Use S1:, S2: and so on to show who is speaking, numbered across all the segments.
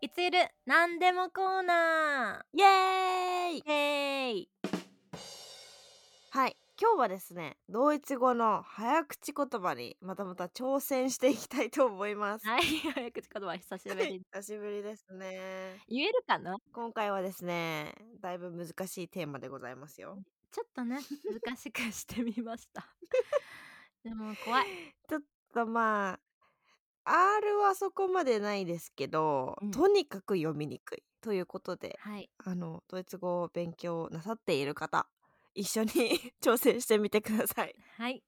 S1: いついるなんでもコーナ
S2: イエー
S1: ー
S2: イ
S1: イエーイ
S2: はい今日はですね同一語の早口言葉にまたまた挑戦していきたいと思います、
S1: はい、早口言葉久しぶ
S2: は
S1: り
S2: い
S1: に。
S2: 久しぶりですね
S1: 言えるかな
S2: 今回はですねだいぶ難しいテーマでございますよ
S1: ちょっとね、難しくしてみました。 でも怖い。
S2: ちょっとまあ R はそこまでないですけど、
S1: うん
S2: とにかく読みにくいということで
S1: はい。
S2: あのドイツ語を勉強なさっている方一緒に 挑戦してみてください
S1: はい。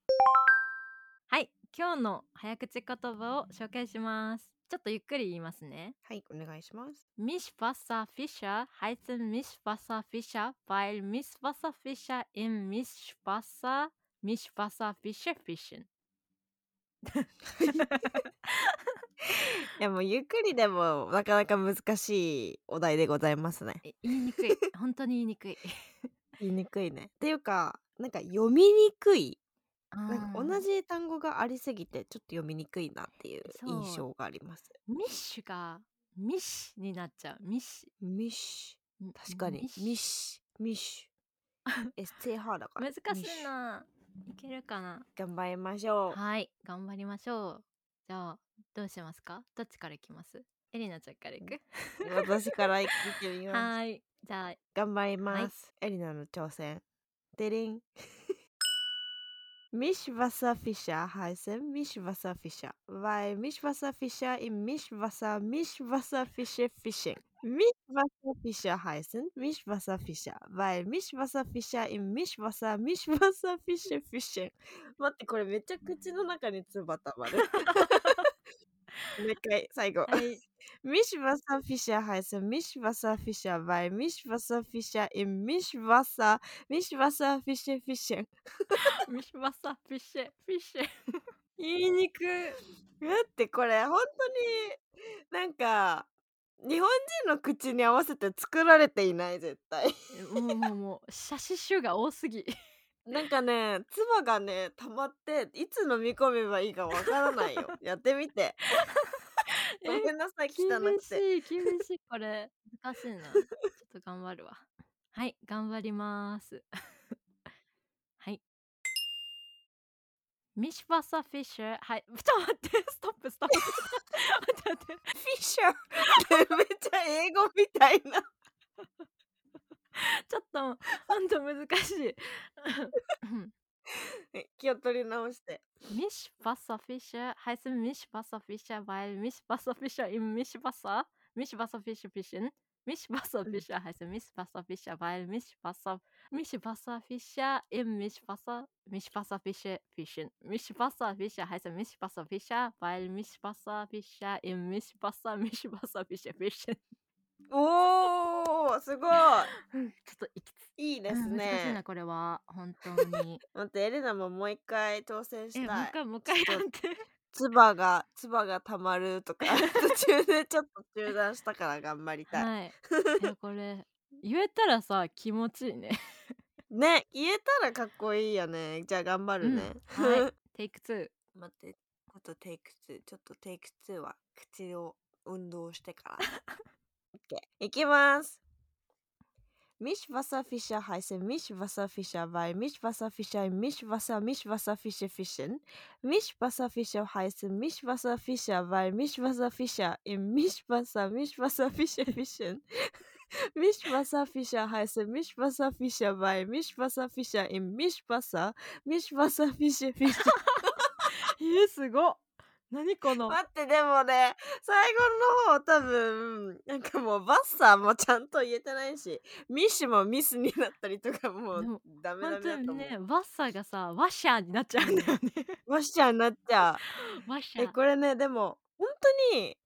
S1: はい。今日の早口言葉を紹介します。ちょっとゆっくり言いますね。
S2: はいお願いします
S1: Mich Wasserfischer heißen mich Wasserfischer, weil mich Wasserfischer im mich Wasser mich Wasserfische fischen.
S2: いやもうゆっくりでもなかなか難しいお題でございますね
S1: え言いにくい。本当に言いにくい。
S2: 言いにくいねっていうかなんか読みにくいなんか
S1: うん
S2: 同じ単語がありすぎてちょっと読みにくいなっていう
S1: そう
S2: 印象があります
S1: ミッシュがミッシュになっちゃう。ミッシ
S2: ミッシ
S1: ュ。
S2: ュ確かにミッシュミッ シュ SCH だから
S1: 難し
S2: ミッシ
S1: い
S2: ュ
S1: な。いけるかな。
S2: 頑張りましょう
S1: はい、頑張りましょう。じゃあどうしますか？どっちから行きます？エリナちゃんから行く？
S2: 私から行ってみ
S1: は
S2: ます
S1: ーい。じ ゃあ
S2: 頑張ります、エリナの挑戦デリン Mich Wasserfischer heißen mich Wasserfischer, weil mich Wasserfischer im Mischwasser mich Wasserfische fischen. Mich Wasserfischer heißen mich Wasserfischer, weil mich Wasserfischer im Mischwasser mich Wasserfische fischen. 待って、これめっちゃ口の中につばたまる。 もう一回、最後。
S1: はい。
S2: Mischwasserfischer heißen Mischwasserfischer, weil Mischwasserfischer im Mischwasser Mischwasserfische fischen.
S1: ミシュバサフィッシュフィッシュ。言いにくい。
S2: だ ってこれ本当になんか日本人の口に合わせて作られていない絶対
S1: もうもうもう写真集が多すぎ。
S2: なんかね唾がね溜まっていつ飲み込めばいいかわからないよやってみてごめんなさい
S1: 厳
S2: 汚くて
S1: しい厳しいこれ難しいなちょっと頑張るわはい頑張ります はいミシュバサフィッシュはいちょっと待ってストップスト ップ待って待って
S2: フィッシャー めっちゃ英語みたいな
S1: ちょっとほんと難しい
S2: 気を取り直して
S1: ミシュバサフィッシュ heißen ミシュバサフィッシュ weil ミシュバサフィッシュ im ミシュバサミシュバサフィッシュフィッシュンミシュバサフィッシュ heißen ミシュバサフィッシュ weil ミシュバサミシュバサフィッシュ im ミシュバサミシュバサフィッシュフィッシュンミシュバサフィッシュ heißen ミシュバサフィッシュ weil ミシュバサフィッシュ im ミシュバサミシュバサフィッシュフィッシュン
S2: おーすご
S1: ちょっといきつ
S2: いいいです
S1: うん難しいな
S2: ね
S1: これは本当に
S2: 待ってエレナももう一回挑戦
S1: え
S2: し
S1: もう
S2: た
S1: 一
S2: い
S1: 回もう一回
S2: ちょ
S1: や
S2: っ
S1: っ
S2: と
S1: て
S2: 唾が唾がたまるとか 途中でちょっと中断したから頑張りたい、
S1: はい。いやこれ言えたらさ気持ちいいね。
S2: ね言えたらかっこいいよねじゃあ頑張るね、
S1: うんはテイクツ
S2: 待ってちょっとテイク2ちょっとテイク2は口を運動してから OK いきます Mischwasserfischer heißen Mischwasserfischer, weil Mischwasserfischer im Mischwasser Mischwasserfische fischen. Mischwasserfischer heißen Mischwasserfischer, weil Mischwasserfischer im Mischwasser Mischwasserfische fischen. Mischwasserfischer heißen Mischwasserfischer, weil Mischwasserfischer im Mischwasser Mischwasserfische fischen.
S1: ー。えー、すごっ。何この。
S2: 待ってでもね最後の方多分なんかもうバッサーもちゃんと言えてないしミッシュもミスになったりとかも
S1: でも
S2: うダメダ
S1: 本
S2: メだ
S1: 当
S2: と
S1: に
S2: 思う、
S1: ねワッサーがさワッシャーになっちゃうんだよ ね。
S2: ワッシャーになっちゃ
S1: ワッシ
S2: うえ
S1: ャー。
S2: これねでも本当に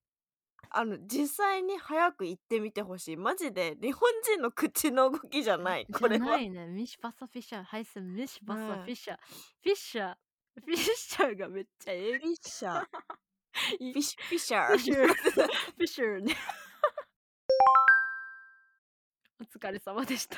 S2: あの実際に早く行ってみてほしいマジで日本人の口の動きじゃないこれ
S1: じゃな
S2: はい
S1: ね。ミシュバサフィッシャー、ハイスミシュバサ
S2: うん
S1: フィッシャー、フィッシャー、フィッシャーがめっちゃ英
S2: フィッ シャーフィ
S1: 語。
S2: ッシュフィッシャ
S1: フィッシ
S2: ー
S1: ャー。フィッシャーね。お疲疲れ様でした。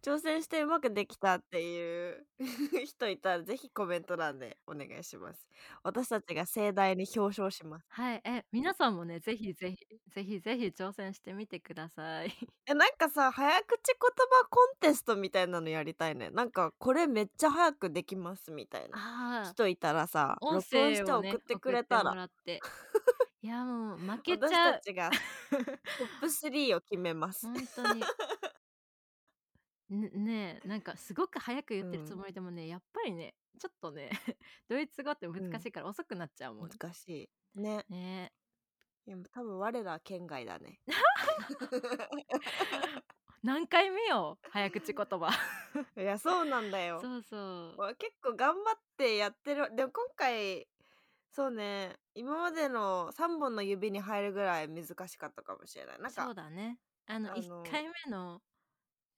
S2: 挑戦してうまくできたっていう 人いたらぜひコメント欄でお願いします。私たちが盛大に表彰します。
S1: はい、え、皆さんもね、ぜひぜひ、ぜひぜひ挑戦してみてください。
S2: えなんかさ早口言葉コンテストみたいなのやりたいね。なんかこれめっちゃ早くできますみたいな
S1: ああ、
S2: 人いたらさ
S1: 音
S2: 録音
S1: 声
S2: して
S1: を
S2: 送っ
S1: ね、
S2: てく
S1: 送っ
S2: れ
S1: て
S2: た
S1: も
S2: ら
S1: らって。いや、もう負けち
S2: 私た
S1: ゃう。
S2: ちがトップ3を決めます。
S1: 本当に。ねねえなんかすごく早く言
S2: う
S1: ってるつも
S2: ん
S1: りでもねやっぱりねちょっとね ドイツ語って難
S2: うん
S1: しいから遅くなっちゃうもん
S2: 難しいね。
S1: ね
S2: いや多分我ら県外だね。
S1: え何回目よ早口言葉
S2: いやそうなんだよ。
S1: そうそう
S2: わ結構頑張ってやってるでも今回そうね今までの3本の指に入るぐらい難しかったかもしれないなん
S1: そう
S2: か
S1: だねあの
S2: あ
S1: 1
S2: の
S1: 回目の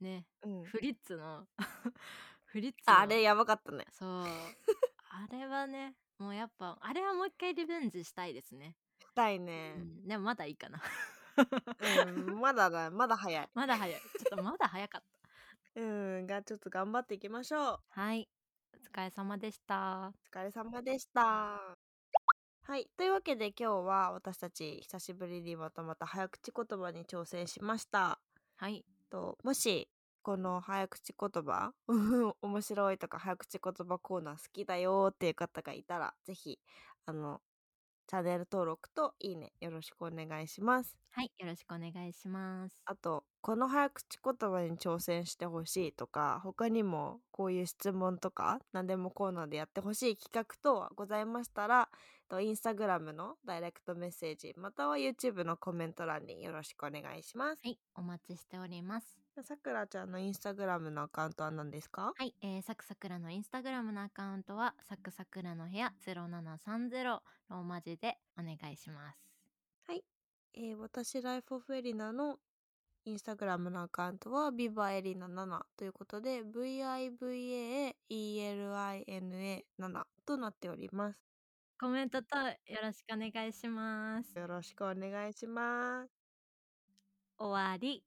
S1: ね
S2: うん
S1: フリッツの フリッツ
S2: ああ
S1: の
S2: れ やばかったね
S1: そうあれはねもうやっぱあれはもう一回リベンジしたいですね、
S2: したいうね
S1: ん、でもまだいいかな
S2: うんまだだまだ早い
S1: まだ早いちょっとまだ早かった
S2: うんがちょっと頑張っていきましょう
S1: はいお疲れ様でした
S2: お疲れ様でしたはい。というわけで今日は私たち久しぶりにまたまた早口言葉に挑戦しました。
S1: はい
S2: ともしこの早口言葉 面白いとか早口言葉コーナー好きだよっていう方がいたらぜひあのチャンネル登録といいねよろしくお願いします
S1: はい、よろしくお願いします。
S2: あとこの早口言葉に挑戦してほしいとか他にもこういう質問とか何でもコーナーでやってほしい企画等はございましたらとインスタグラムのダイレクトメッセージまたは YouTube のコメント欄によろしくお願いします
S1: はい、お待ちしております。
S2: さくらちゃんのインスタグラムのアカウントは何ですか
S1: はい、えー、サクサクラのインスタグラムのアカウントは、サクサクラの部屋0730ローマ字でお願いします。
S2: はい。えー私、ライフオフエリナのインスタグラムのアカウントは、ビバエリナ7ということで、VIVAELINA7 となっております。
S1: コメントとよろしくお願いします。
S2: よろしくお願いします。
S1: 終わり。